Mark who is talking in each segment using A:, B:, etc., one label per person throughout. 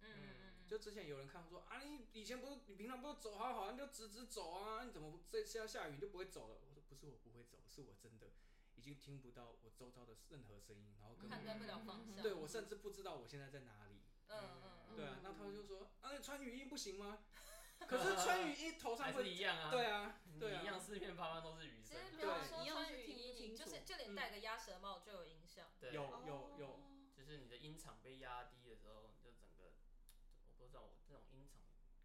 A: 嗯
B: 就之前有人看说啊，你以前不是你平常不是走好好，你就直直走啊，你怎么不这次要下雨你就不会走了？我说不是我不会走，是我真的已经听不到我周遭的任何声音，然后跟
A: 判断不了方向。
B: 对我甚至不知道我现在在哪里。
A: 嗯嗯嗯，
B: 对啊，那他们就说啊，你穿雨衣不行吗？可是穿雨衣头上
C: 还是
B: 会，
C: 一样啊，
B: 对啊，对
C: 你一样
B: 啊，
C: 四面八方都是雨
A: 其
C: 声
A: 实，不
B: 对
A: 要说
D: 一样
A: 穿
D: 是
A: 雨
D: 听不
A: 衣，你
D: 清
A: 就
D: 楚
A: 是就连戴个鸭舌帽就有影响。
C: 对，
B: 有有
A: 哦
B: 有，
C: 就是你的音场被压低的时候，你就整个，我不知道我这种音场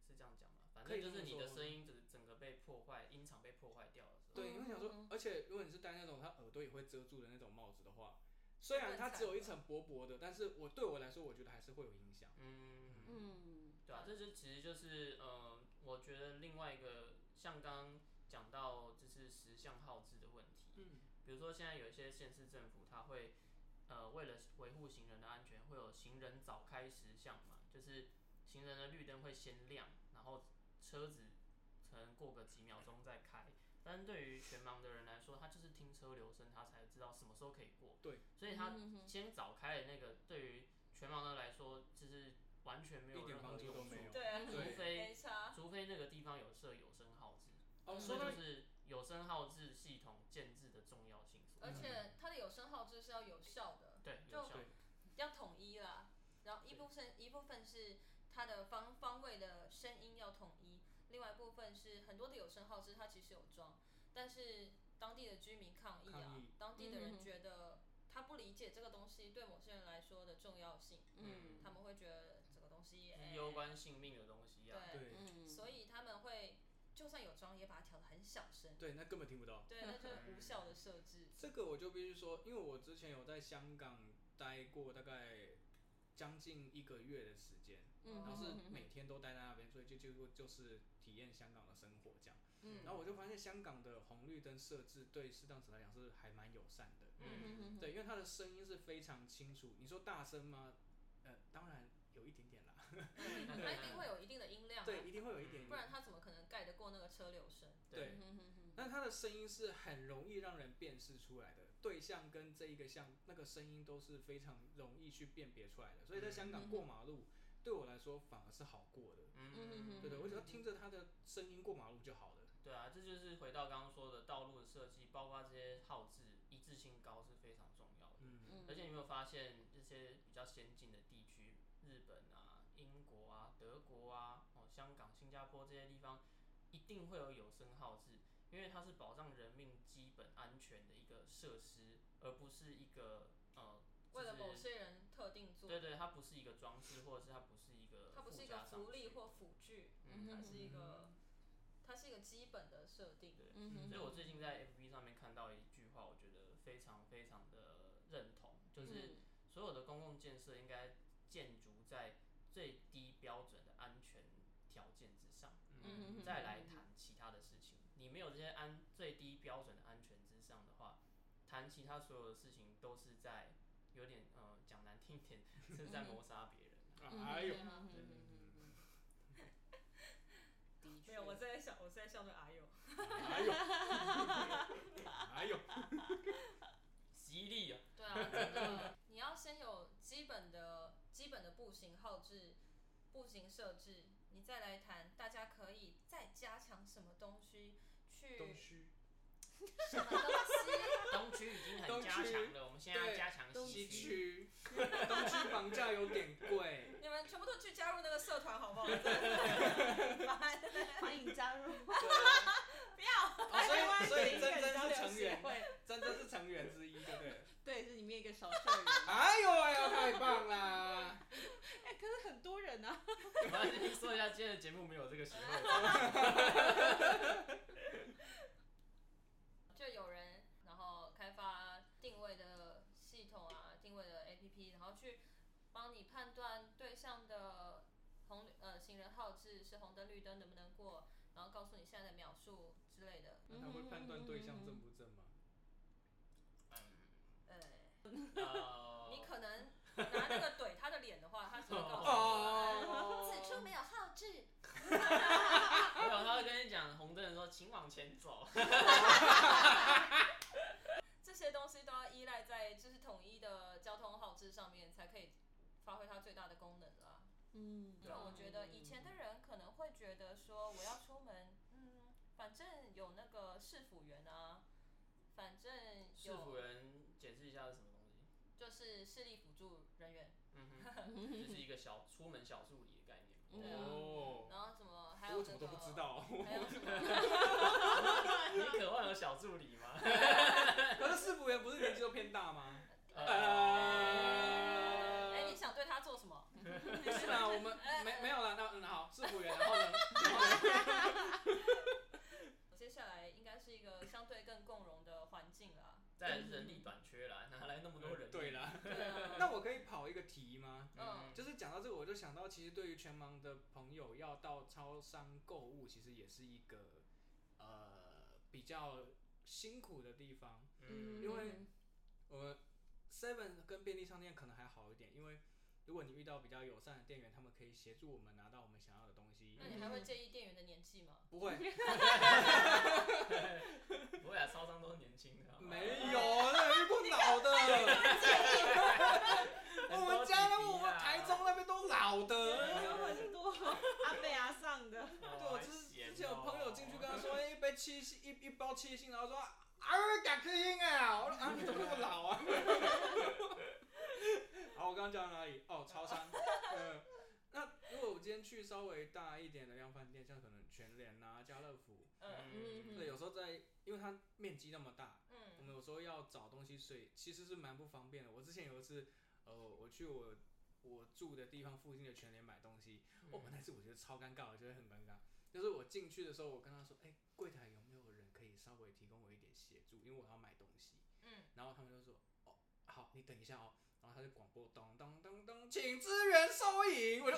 C: 是这样讲吗？反
B: 可
C: 正
B: 以
C: 就是你
B: 这
C: 的
B: 么说
C: 声音整整个被破坏，音场被破坏掉的时候，
B: 对，你会
A: 嗯
B: 想说，而且如果你是戴那种它耳朵也会遮住的那种帽子的话，虽然它只有一层薄薄的，但是我对我来说，我觉得还是会有影响。
C: 嗯，
D: 嗯，
C: 对啊，这就其实就是，嗯、我觉得另外一个像刚刚讲到就是十项号制的问题，
B: 嗯，
C: 比如说现在有一些县市政府，它会呃为了维护行人的安全，会有行人早开时项嘛，就是行人的绿灯会先亮，然后车子可能过个几秒钟再开。但是对于全盲的人来说，他就是听车流声，他才知道什么时候可以过。
B: 对，
C: 所以他先早开的那个，对于全盲的来说，就是完全没有
B: 一点
C: 任何
B: 帮助都
C: 用处
B: 没有
A: 对啊，
C: 除
B: 对
C: 非
A: 没差。
C: 除非那个地方有设有声号制，
B: 哦，
C: 所
B: 说
C: 以
B: 到
C: 就是有声号制系统建制的重要性所在。
A: 而且它的有声号制是要有效的，
C: 对，
A: 就
C: 有效。
A: 要统一啦。然后一部分一部分是它的方方位的声音要统一，另外一部分是很多的有声号是它其实有装，但是当地的居民抗议啊，
B: 抗议
A: 当地的人觉得他不理解这个东西对某些人来说的重要性，
C: 嗯
A: 他们会觉得这个东西
C: 是
A: 哎
C: 攸关性命的东西啊。
A: 对，
B: 对
A: 所以他们会就算有装也把它调得很小声，
B: 对，那根本听不到。
A: 对，那就是无效的设置。
B: 这个我就必须说，因为我之前有在香港待过大概将近一个月的时间，
D: 嗯
A: 哦
B: 然后是每天都待在那边，所以就就就是体验香港的生活这样。
A: 嗯
B: 然后我就发现香港的红绿灯设置对视障者来讲是还蛮友善的，
C: 嗯，
B: 对，因为它的声音是非常清楚。你说大声吗？呃，当然有一点点啦，
A: 嗯它一定会有一定的音量、啊，
B: 对，一定会有一点
A: 不然它怎么可能盖得过那个车流声？
C: 嗯
B: 对，那它的声音是很容易让人辨识出来的，对象跟这一个像那个声音都是非常容易去辨别出来的，所以在香港过马路、对我来说反而是好过的，
C: 嗯，
B: 对对，我只要听着它的声音过马路就好了。
C: 对啊，这就是回到刚刚说的道路的设计，包括这些号志一致性高是非常重要的。
B: 嗯，
C: 而且你有没有发现，这些比较先进的地区，日本啊、英国啊、德国啊、哦香港、新加坡这些地方，一定会有有声号制，因为它是保障人命基本安全的一个设施，而不是一个呃，就
A: 为了
C: 是
A: 某些人特定做，
C: 对对，它不是一个装饰，或者是它不是一个
A: 它不是一
C: 附
A: 个
C: 加上去
A: 福利或辅具，
C: 嗯
A: 它是一个，它是一个基本的设定。
C: 对，
A: 嗯
C: 所以我最近在 FB 上面看到一句话，我觉得非常非常的认同，
A: 嗯
C: 就是所有的公共建设应该建筑在最低标准的安全条件之上，
D: 嗯
C: 再来谈其他的事情。你没有这些安最低标准的安全之上的话，谈其他所有的事情都是在有点呃讲难听一点，是在谋杀别人。啊
B: 哎
D: 嗯
B: 呦，
D: 的确，
A: 没有，我在想，我在笑对阿友，
B: 哎呦，哎呦，
C: 吉利啊！
A: 对啊，真的， 你要先有基本的基本的步行号志、步行设置，你再来谈，大家可以再加强什么东西去
B: 东区、
A: 什么东西，
C: 东区已经很
B: 东区
C: 加强了，我们现在要加强
B: 西
C: 西区。
B: 区，东区房价有点贵。
A: 你们全部都去加入那个社团好不好？真的很烦
D: 欢迎加入
A: 不要，
B: 哦、所以所以
D: 音乐
B: 真真
D: 交
B: 是
D: 流
B: 成
D: 协
B: 员，
D: 会，
B: 真真是成员之一，对不对？
D: 对，是里面一个小社员，
B: 哎呦哎呦，太棒啦！
D: 哎，可是很多人啊，
C: 我要先说一下，今天的节目没有这个协会。
A: 就有人然后开发定位的系统啊，定位的 APP，然后去帮你判断对象的红呃行人号志是红灯绿灯能不能过，然后告诉你现在的秒数之类的。
B: 那他会判断对象正不正吗？
A: 呃，
C: 呃，
A: 你可能拿那个怼他的脸的话，他只会 告诉你。
B: 哦，
A: 此处没有号 志，
C: 没有，他会跟你讲红灯的时候，请往前走。
A: 这些东西都要依赖在就是统一的交通号志上面，才可以发挥它最大的功能啦。
D: 嗯，
A: 因为我觉得以前的人可能会觉得说，我要出门，嗯，反正有那个市府员啊，反正
C: 市府
A: 有
C: 人解释一下是什么东西？
A: 就是视力辅助人员，
C: 嗯哼，就是一个小出门小助理的概念。
A: 对啊
B: 哦，
A: 然后什么还有
B: 我
A: 那
B: 怎
A: 个
B: 么都不知道，
A: 还有什么？
C: 哦你渴望有小助理 吗？
B: 可是市服员不是年纪都偏大吗？
C: 呃
A: 哎，你想对他做什么？
B: 不是啦，我们
A: 呃
B: 没没有啦，那嗯好，市服员，然后呢？然后 呢
A: 接下来应该是一个相对更共融的环境啦。
C: 再来是人力短缺啦，哪来那么多人？
B: 嗯
C: 嗯
B: 对，啦，
A: 对啊
B: 那我可以跑一个题吗？
A: 嗯
B: 就是讲到这个，我就想到，其实对于全盲的朋友，要到超商购物，其实也是一个呃比较辛苦的地方。
C: 嗯，
B: 因为呃，Seven 跟便利商店可能还好一点，因为如果你遇到比较友善的店员，他们可以协助我们拿到我们想要的东西
A: 那。你还会介意店员的年纪吗？
B: 不会，
C: 不会啊，超商都是年轻的。好不好
B: 没有，那遇过老的。
C: 很
B: 我
C: 多
B: 们家
C: 弟弟啊
B: 我们台中那边都老
D: 有
B: 的。
D: 很多嗯阿贝阿上的，
C: 哇
B: 对，我
C: 好
B: 之
C: 闲
B: 之前有
C: 哦
B: 朋友进去跟他说，哎一杯七星，一一包七星，然后说啊，敢克星啊，我说啊，你怎么那么老啊？ 好，我刚刚讲到哪里？哦，超商。嗯，那如果我今天去稍微大一点的量贩店，像可能全联啊、家乐福，
A: 嗯
D: 嗯
B: 对，有时候在，因为它面积那么大，我
A: 嗯
B: 们有时候要找东西，所以其实是蛮不方便的。我之前有一次，呃，我去我我住的地方附近的全联买东西，哦，
C: 嗯
B: 那次我觉得超尴尬，我觉得很尴尬。就是我进去的时候，我跟他说：“哎、柜台有没有人可以稍微提供我一点协助？因为我要买东西。”
A: 嗯，
B: 然后他们就说：“哦，好，你等一下哦。”然后他就广播：“咚咚咚咚，请支援收银。”我就，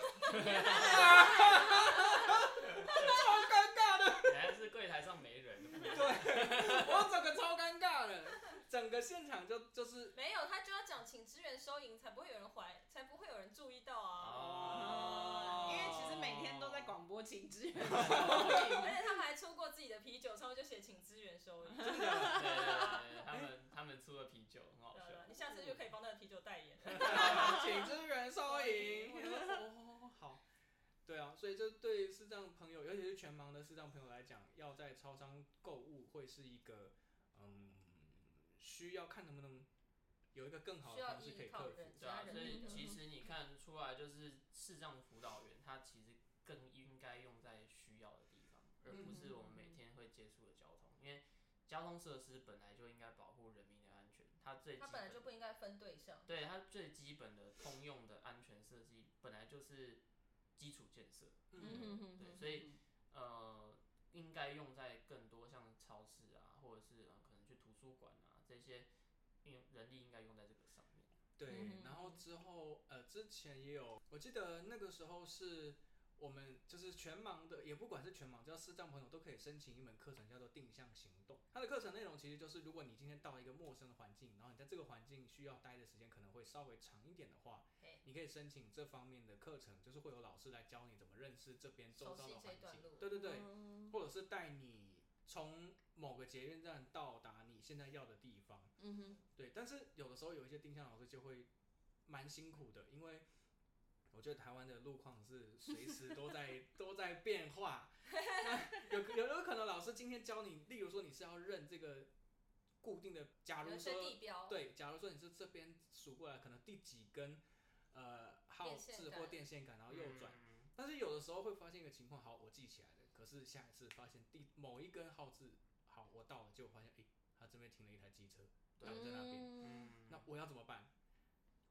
B: 超尴尬的，
C: 原来是柜台上没 人。
B: 我整个超尴尬的，整个现场就就是
A: 没有，他就要讲请支援收银，才不会有人怀，才不会有人注意到啊。
C: 哦
D: 因为其实每天都在广播 请支援，
A: 而且他们还出过自己的啤酒，上面就写请支援收银。
B: 真的
C: 对啊对对对他们他们出了啤酒，很好
A: 对
C: 笑。
A: 啊你下次就可以帮那个啤酒代言了。
B: 请支援收银。我就说哦， 好。对啊，所以就对视障朋友，尤其是全盲的视障朋友来讲，要在超商购物会是一个，嗯，需要看能不能有一个更好
A: 需
B: 的
A: 要
B: 方式可
A: 依
B: 以
A: 靠
B: 克服。
A: 人
C: 对啊
A: 家，
C: 所
A: 人嗯
C: 以
A: 力的。
C: 其实你看出来，就是视障辅导员，他其实更应该用在需要的地方，而不
A: 嗯
C: 是我们每天会接触的交通，因为交通设施本来就应该保护人民的安全，它最基
A: 他本来
C: 本
A: 就不应该分对象。
C: 对它最基本的通用的安全设计本来就是基础建设，
D: 嗯
C: 对所以呃，应该用在更多像超市啊，或者是呃可能去图书馆啊这些应人力应该用在这个上面。
B: 对，
D: 嗯
B: 然后之后呃，之前也有，我记得那个时候是我们就是全盲的，也不管是全盲，只要视障朋友都可以申请一门课程，叫做定向行动。它的课程内容其实就是，如果你今天到一个陌生的环境，然后你在这个环境需要待的时间可能会稍微长一点的话
A: 对，
B: 你可以申请这方面的课程，就是会有老师来教你怎么认识这边周
A: 熟
B: 遭
A: 悉
B: 的
A: 这
B: 环
A: 一段
B: 境
A: 路。
B: 对对对，
D: 嗯
B: 或者是带你从某个捷运站到达你现在要的地方。
D: 嗯
B: 对，但是有的时候有一些定向老师就会蛮辛苦的，因为我觉得台湾的路况是随时都在都在变化，那有有有可能老师今天教你，例如说你是要认这个固定的，假
A: 有
B: 如
A: 一些
B: 说
A: 地标，
B: 对，假如说你是这边数过来，可能第几根呃号
A: 电线
B: 字或
A: 杆
B: 电线杆，哦然后右转，
C: 嗯
B: 但是有的时候会发现一个情况，好，我记起来了，可是下一次发现第某一根号字，好，我到了，结果发现，诶、他这边停了一台机车，
C: 对
B: 然后在那边，
D: 嗯，
C: 嗯
B: 那我要怎么办？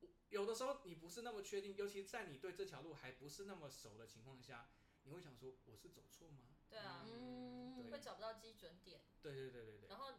B: 我有的时候你不是那么确定，尤其在你对这条路还不是那么熟的情况下，你会想说我是走错吗？
A: 对啊，
D: 嗯
B: 对
A: 会找不到基准点。
B: 对对对对
C: 哦
B: 对，
A: 然后，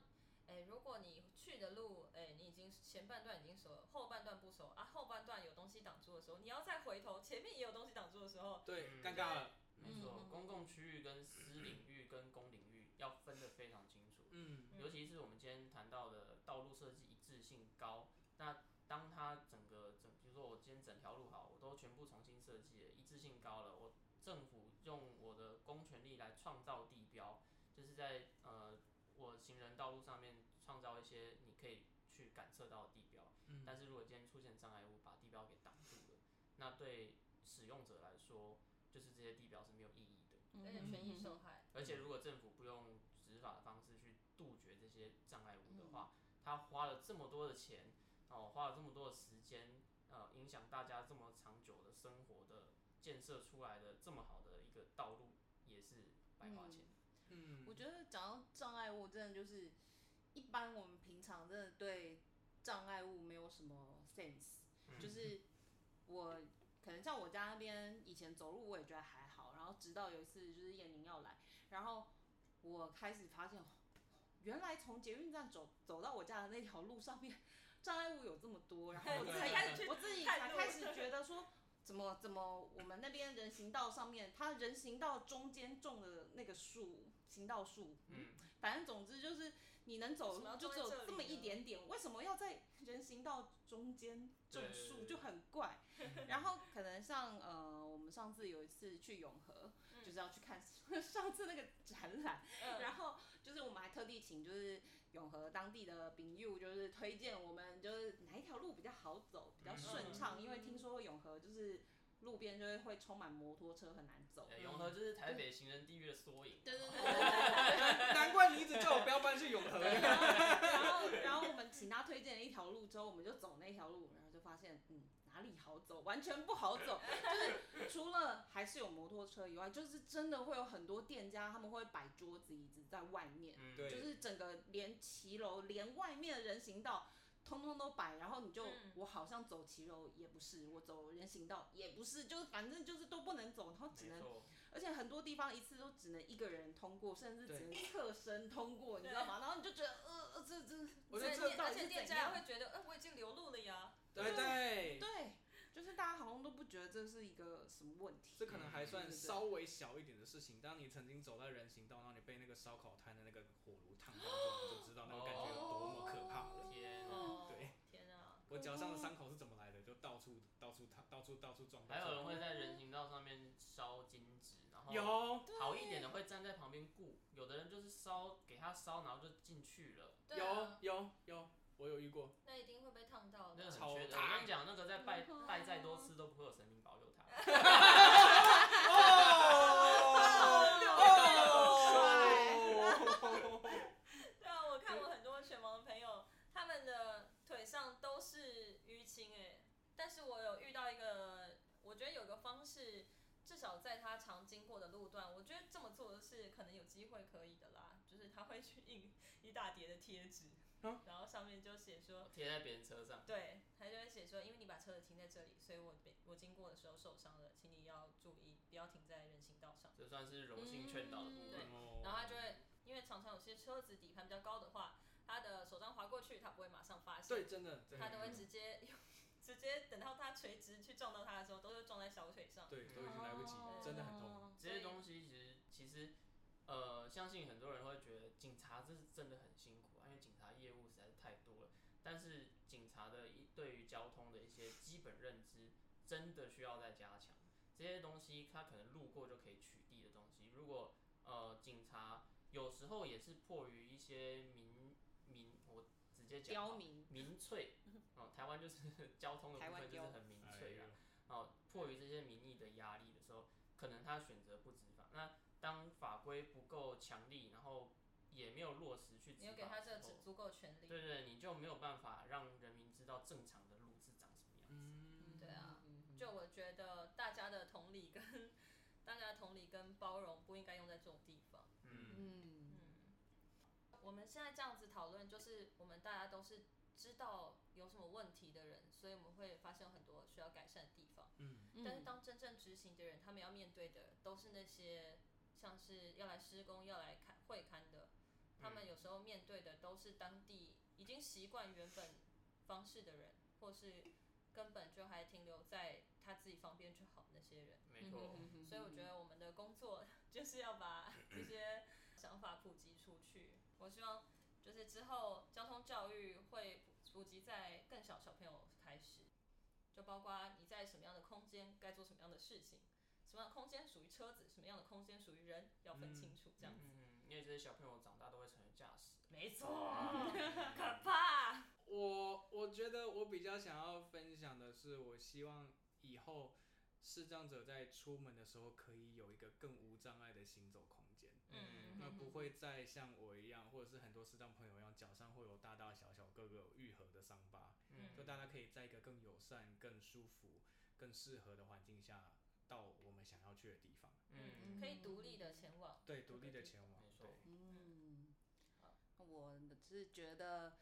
A: 哎，如果你去的路，哎，你已经前半段已经熟了，后半段不熟啊，后半段有东西挡住的时候，你要再回头，前面也有东西挡住的时候，
B: 对，
C: 嗯
B: 尴尬了，
C: 没错
D: 嗯，
C: 公共区域跟私领域跟公领域要分得非常清楚，
B: 嗯
A: 嗯
C: 尤其是我们今天谈到的道路设计一致性高，那当它整个整，比如说我今天整条路好，我都全部重新设计了，一致性高了，我政府用我的公权力来创造地标，就是在呃我行人道路上面创造一些你可以去感测到的地标。
B: 嗯，
C: 但是如果今天出现障碍物把地标给挡住了，那对使用者来说，就是这些地标是没有意义的。
A: 而且权益受害。
C: 而
D: 嗯
C: 且如果政府不用执法的方式去杜绝这些障碍
D: 嗯
C: 物的话，他花了这么多的钱，哦，花了这么多的时间，呃，影响大家这么长久的生活的建设出来的这么好的一个道路，也是白花钱。
B: 嗯，
D: 我觉得讲到障碍物，真的就是一般我们平常真的对障碍物没有什么 sense，、就是
C: 嗯
D: 我可能像我家那边以前走路我也觉得还好，然后直到有一次就是燕宁要来，然后我开始发现，哦原来从捷运站走走到我家的那条路上面障碍物有这么多，然后我自己
A: 才 开始去
D: 我自己
A: 探
D: 才
A: 路
D: 开始觉得说。怎么怎么，我们那边人行道上面，它人行道中间种的那个树，行道树，
C: 嗯，
D: 反正总之就是你能走
A: 为什么
D: 的
A: 要
D: 路就只
A: 种在
D: 有
A: 这
D: 这么
A: 里
D: 一
A: 呢
D: 点点，为什么要在人行道中间
C: 对
D: 种
C: 对
D: 树
C: 对
D: 就很怪。然后可能像呃，我们上次有一次去永和，
A: 嗯
D: 就是要去看 上次那个展览，
A: 嗯，
D: 然后就是我们还特地请就是永和当地的朋友，就是推荐我们就是哪一条路比较好走，比较
C: 嗯
D: 顺畅，因为听说永和就是路边就是会充满摩托车，很难走。
C: 呃永和就是台北行人地狱的缩影。
D: 嗯
C: 啊
D: 对对对
C: 嗯
B: 难怪你一直叫我不要搬去永和。
D: 然后，然后我们请他推荐了一条路之后，我们就走那条路，然后就发现，嗯，哪里好走，完全不好走，就是 除了还是有摩托车以外，就是真的会有很多店家他们会摆桌子椅子在外面，
C: 嗯，
B: 对
D: 就是整个连骑楼连外面的人行道。通通都摆，然后你就、
A: 嗯
D: 我好像走骑楼也不是，我走人行道也不是，就是反正就是都不能走，然后只
C: 没
D: 能，
C: 错。
D: 而且很多地方一次都只能一个人通过，甚至
B: 对
D: 只能侧身通过，你知道吗？然后你就觉得，呃，呃这这
B: 我觉得
D: 这
B: 这
D: 到
A: 而
D: 底
A: 且
D: 是
A: 店
D: 怎
A: 家
D: 样？
A: 会觉得，哎、我已经流露了呀。
B: 对对，
D: 对，就是大家好像都不觉得这是一个什么问题。
B: 这可能还算稍微小一点的事情。当你曾经走在人行道，然后你被那个烧烤摊的那个火炉烫到之后，你就知道那个感觉有多么可怕了。
D: 嗯
C: 天啊，
A: 哦，
B: 对，
A: 天啊，
B: 我脚上的伤口是怎么来的？就到处到处烫，到处到处撞。
C: 还有人会
B: 到
C: 在人行道上面烧金纸，然后
B: 处有
C: 好一点的会站在旁边顾，有的人就是烧给他烧，然后就进去了。
A: 对
B: 有
A: 啊，
B: 有有，我有遇过。
A: 那一定会被烫到
C: 那
A: 的
C: 个。
B: 超
C: 很缺德。
B: 大
C: 我跟你讲，那个在拜
D: 嗯
C: 拜再多次都不会有神明保佑他。
A: 对啊，我看我很多拳王的朋友，他们的腿上都是淤青哎、但是我有遇到一个，我觉得有个方式，至少在他常经过的路段，我觉得这么做是可能有机会可以的啦，就是他会去印一大叠的贴纸，
B: 啊
A: 然后上面就写说。
C: 贴在别人车上，
A: 对，他就会写说，因为你把车子停在这里，所以我被我经过的时候受伤了，请你要注意，不要停在人行道上。
C: 这算是荣幸劝导的部
A: 对
C: 分。
A: 然后他就会，因为常常有些车子底盘比较高的话，他的手杖滑过去，他不会马上发现，
B: 对，真的，真
A: 他都
B: 的
A: 会直接直接等到他垂直去撞到他的时候，都会撞在小腿上。
B: 对，都已经来不及，真的很痛。
D: 哦。
C: 这些东西其实其实呃，相信很多人会觉得警察这是真的很辛苦，因为警察业务实在是太多了。但是警察的一对于交通的一些基本认知，真的需要再加强。这些东西他可能路过就可以取缔的东西，如果呃警察有时候也是迫于一些民民，我直接讲好
D: 刁
C: 了
D: 民，
C: 民粹哦，台湾就是 交通的
D: 台
C: 部
D: 湾
C: 分就
D: 丢
C: 是很民
D: 哎
C: 粹啊。哦，迫于这些民意的压力的时候，可能他选择不执法。那当法规不够强力，然后也没有落实去
A: 你
C: 执
A: 有给
C: 法
A: 他这
C: 的
A: 个
C: 时候，
A: 足够权利。
C: 对对，你就没有办法让人民知道正常的路是长什么样。
B: 嗯，
A: 对啊，就我觉得大家的同理跟大家的同理跟包容不应该用在这种地方。
C: 嗯，
D: 嗯，
A: 我们现在这样子讨论，就是我们大家都是知道有什么问题的人，所以我们会发现有很多需要改善的地方。
B: 嗯，
A: 但是当真正执行的人，他们要面对的都是那些像是要来施工、要来看会勘的，他们有时候面对的都是当地已经习惯原本方式的人，或是根本就还停留在他自己方便就好的那些人。
C: 没错。
A: 嗯所以我觉
C: 嗯
A: 得我们的工作就是要 把这些想法普及出去。我希望就是之后交通教育会普及在更小小朋友开始，就包括你在什么样的空间该做什么样的事情，什么样的空间属于车子，什么样的空间属于人，要分清楚。这样，
C: 嗯，因为这些小朋友长大都会成为驾驶。
A: 嗯没错，可怕。
B: 我我觉得我比较想要分享的是，我希望以后视障者在出门的时候可以有一个更无障碍的行走空间，
A: 嗯
B: 那不会再像我一样，或者是很多视障朋友一样，脚上会有大大小小各个愈合的伤疤，
C: 嗯
B: 就大家可以在一个更友善、更舒服、更适合的环境下到我们想要去的地方，
C: 嗯，
A: 可以独立的前往。
B: 对，独立的前往
C: 没，错
B: 对。
D: 嗯，我是觉得，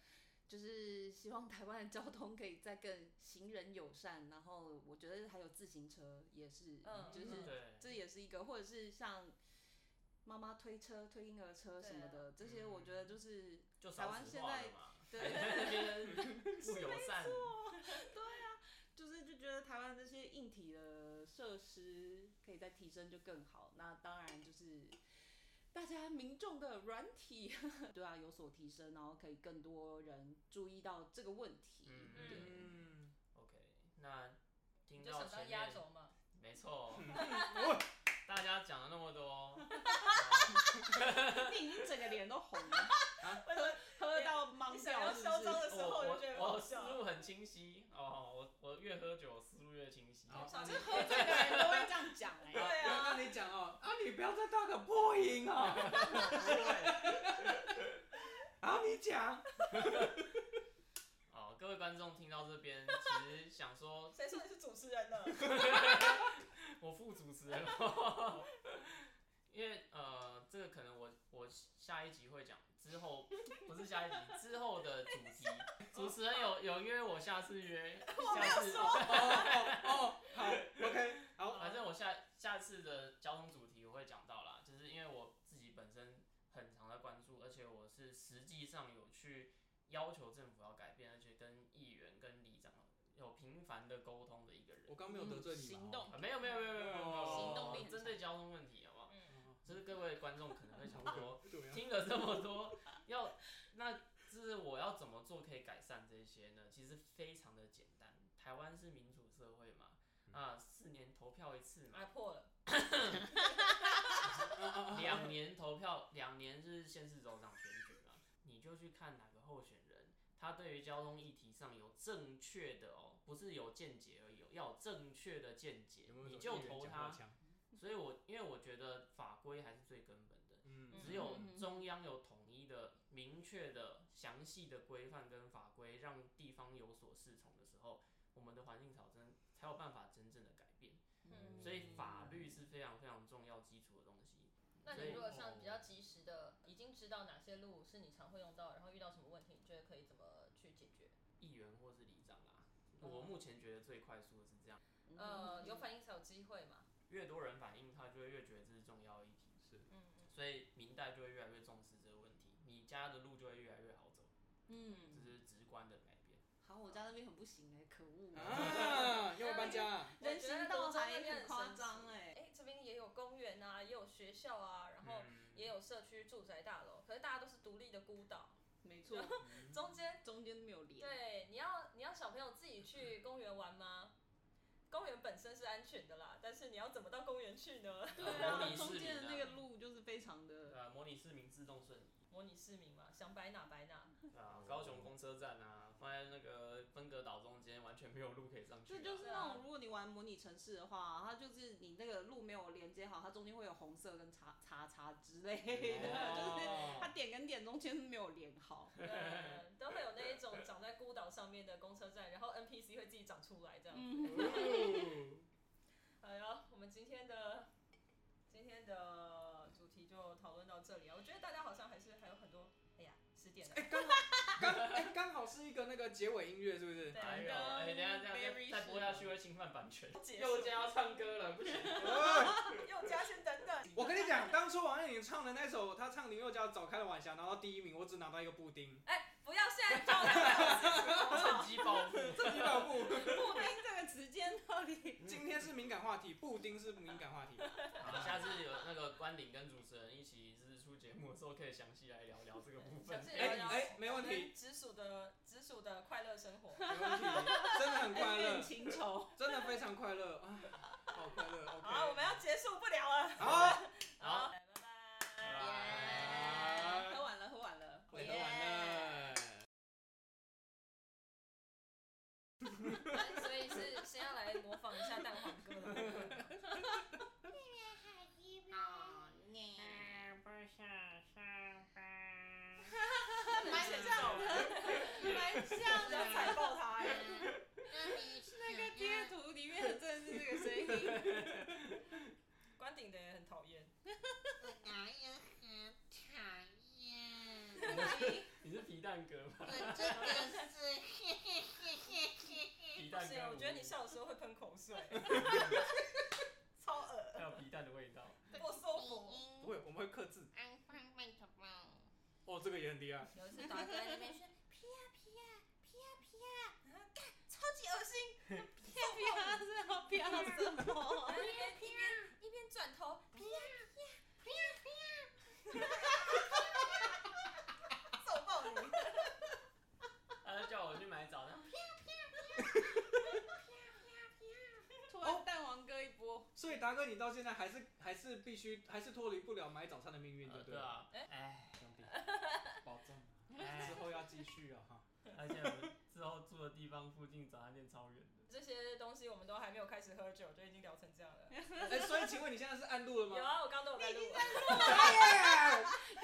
D: 就是希望台湾的交通可以再更行人友善，然后我觉得还有自行车也是，
A: 嗯
D: 就是
C: 对，
D: 这也是一个，或者是像妈妈推车、推婴儿车什么的，
C: 啊
D: 这些我
C: 嗯
D: 觉 得就是
C: 就
D: 台湾
C: 少子
D: 现
C: 化
D: 在
C: 了嘛，
D: 对，
C: 不友善，
D: 就是就觉得台湾这些硬体的设施可以再提升就更好。那当然就是大家民众的软体， 对啊，有所提升，然后可以更多人注意到这个问题。
C: 嗯
D: 对，
B: 嗯，
C: OK，那听
A: 你就
C: 到
A: 想到
C: 前
A: 压
C: 面，
A: 轴嘛，
C: 没错，
B: 嗯
C: 大家讲了那么 多，哦
D: 你已经整个脸都红 了，
C: 啊
D: 喝到
E: 你
D: 懵
E: 想
D: 掉
E: 要嚣张
D: 是
E: 的时候，
C: 我
E: 就觉得
C: 我
E: 好
C: 我思
E: 笑。
C: 路很清晰哦，我我越喝酒思路越清晰。
B: 好，
A: 想
B: 那
D: 不
B: 你
D: 是？这喝醉的人都会这样讲哎、
E: 对啊
B: 那你讲哦，啊，你不要再当个破音哦，啊，你讲，
C: 哦，各位观众听到这边，其实想说
E: 谁说你是主持 人呢？
C: 我副主持人哦， 因为呃，这个可能我我下一集会讲，之后不是下一集，之后的主 题，主持人有有约我，下次约，下次
B: 哦，好，OK，好，
C: 反正我下下次的交通主题我会讲到啦，就是因为我自己本身很常在关注，而且我是实际上有去要求政府要改变，而且跟议员跟里长有频繁的沟通的一个人
B: 我。刚没有得罪你
A: 哦
B: 嘛
D: 行动
C: 啊，没有没有没有没有没有没有，
B: 行
D: 动力很强
C: 针对交通问题好不好？
B: 哦
C: 就是各位观众可能会想说，
B: 对啊，
C: 听了这么多，要那就是我要怎么做可以改善这些呢？其实非常的简单，台湾是民主社会嘛，啊，四年投票一次嘛，
A: 啊破了，
C: 两年投票，两年是县市首长选举嘛，你就去看哪个候选人，他对于交通议题上有正确的哦，不是有见解而已哦，要有正确的见解
B: 有没，有
C: 你
B: 一种
C: 就
B: 议员
C: 投
B: 讲
C: 他
B: 话。腔
C: 所以我因为我觉得法规还是最根本的，
B: 嗯
C: 只有中央有统一的、明确的、详细的规范跟法规，让地方有所适从的时候，我们的环境草真才有办法真正的改变。
A: 嗯，
C: 所以法律是非常非常重要基础的东西。
A: 那
C: 所以
A: 你如果像比较及时的，已经知道哪些路是你常会用到，然后遇到什么问题，你觉得可以怎么去解决？
C: 议员或是里长啦，
D: 嗯
C: 我目前觉得最快速的是这样，
A: 呃，有反应才有机会嘛。
C: 越多人反映，他就会越觉得这是重要议题，
B: 是，
C: 所以明代就会越来越重视这个问题，你家的路就会越来越好走，
D: 嗯，
C: 这是直观的改变。
D: 好，我家那边很不行哎、可恶、
B: 啊，要搬家啊，
D: 人行道还很夸张
A: 哎、
D: 哎，
A: 这边也有公园啊，也有学校啊，然后
C: 嗯
A: 也有社区住宅大楼，可是大家都是独立的孤岛，
D: 没错，
A: 中间
D: 中间都没有连，
A: 对你要你要小朋友自己去公园玩吗？公园本身是安全的啦，但是你要怎么到公园去呢？
D: 对啊
C: 模拟市民啊
D: 中间的那个路就是非常的，
C: 呃，模拟市民自动瞬移，
A: 模拟市民嘛，想摆哪摆哪。
C: 啊、高雄公车站啊，放在那个分隔岛中间，完全没有路可以上去、啊。
D: 这就是那种如果你玩模拟城市的话，它就是你那个路没有连接好，它中间会有红色跟叉叉叉之类的，
B: 哦
D: 就是它点跟点中间没有连好。
A: 对，嗯都会有那一种长在孤岛上面的公车站，然后 NPC 会自己长出来这样。
B: 嗯哦
A: 哎呀，我们今天的今天的主题就讨论到这里啊。我觉得大家好像还是还有很多，哎呀，十点了，
B: 刚哎刚好是一个那个结尾音乐，是不是？
A: 对
C: 哎呦，哎、等一下这样
D: Very
C: 再再播下去会侵犯版权。
E: 结束
C: 又加要唱歌了，不行。
B: 哎
E: 又加先等等，
B: 我跟你讲，当初王彦霖唱的那首，他唱林宥嘉《早开了晚霞》，拿到第一名，我只拿到一个布丁，
A: 哎，不要现在就
C: 趁机报复。
B: 这几百 步。
D: 布丁这个时间到底？
B: 今天是敏感话题，布丁是敏感话题。
C: 好，下次有那个关领跟主持人一起就是出节目的时候，可以详细来聊聊这个部
A: 详
C: 分。
A: 细
B: 哎
A: 聊聊
B: 哎，没问题，
A: 直属的直属的快乐生活。
B: 没问题，真的很快
D: 恩
B: 乐
D: 怨，情仇，
B: 真的非常快乐啊，好快乐。
E: 好，我
B: OK，
E: 们要结束不了了。
B: 好，
C: 好，
A: 拜拜。
B: 拜
C: 啊
D: 喝完了，喝完了，
B: 我也喝完了。
A: 哎所以是先要来模仿一下蛋黄哥的。
B: 啊
D: 欸
E: 我真的是，
C: 皮
A: 嗯不
C: 蛋
A: 行，
C: 跟
A: 我觉得
C: 无
A: 你笑的时候会喷口水，超恶，
C: 还有皮蛋的味 道，
A: 不舒服。
B: 不会，我们会克制。
E: 安放麦克风。
B: 哦，这个也很厉害。
E: 有一次导演在那边说：“皮呀皮呀皮呀皮啊呀
A: 超级恶心，
D: 不要是好不要什么？”
E: 然后一边一边一边转头，皮
A: 啊
E: 呀皮呀皮呀
A: 揍爆你！
C: 他就叫我去买早餐，
D: 突然蛋黄哥一波，
B: 所以达哥，你到现在还是还是必须还是脱离不了买早餐的命运，对
C: 呃
B: 不
C: 对
B: 对？
C: 啊，
A: 哎
C: 哎，兄弟，
B: 保证
C: 哎
B: 之后要继续啊哈。
C: 而且我们之后住的地方附近早餐店超远的，
A: 啊这些东西我们都还没有开始喝酒，就已经聊成这样了。
B: 哎，所以请问你现在是暗路了
A: 有啊
B: 吗？
A: 啊，我刚刚都有在录。
B: 耶
D: 等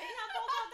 D: 一下播放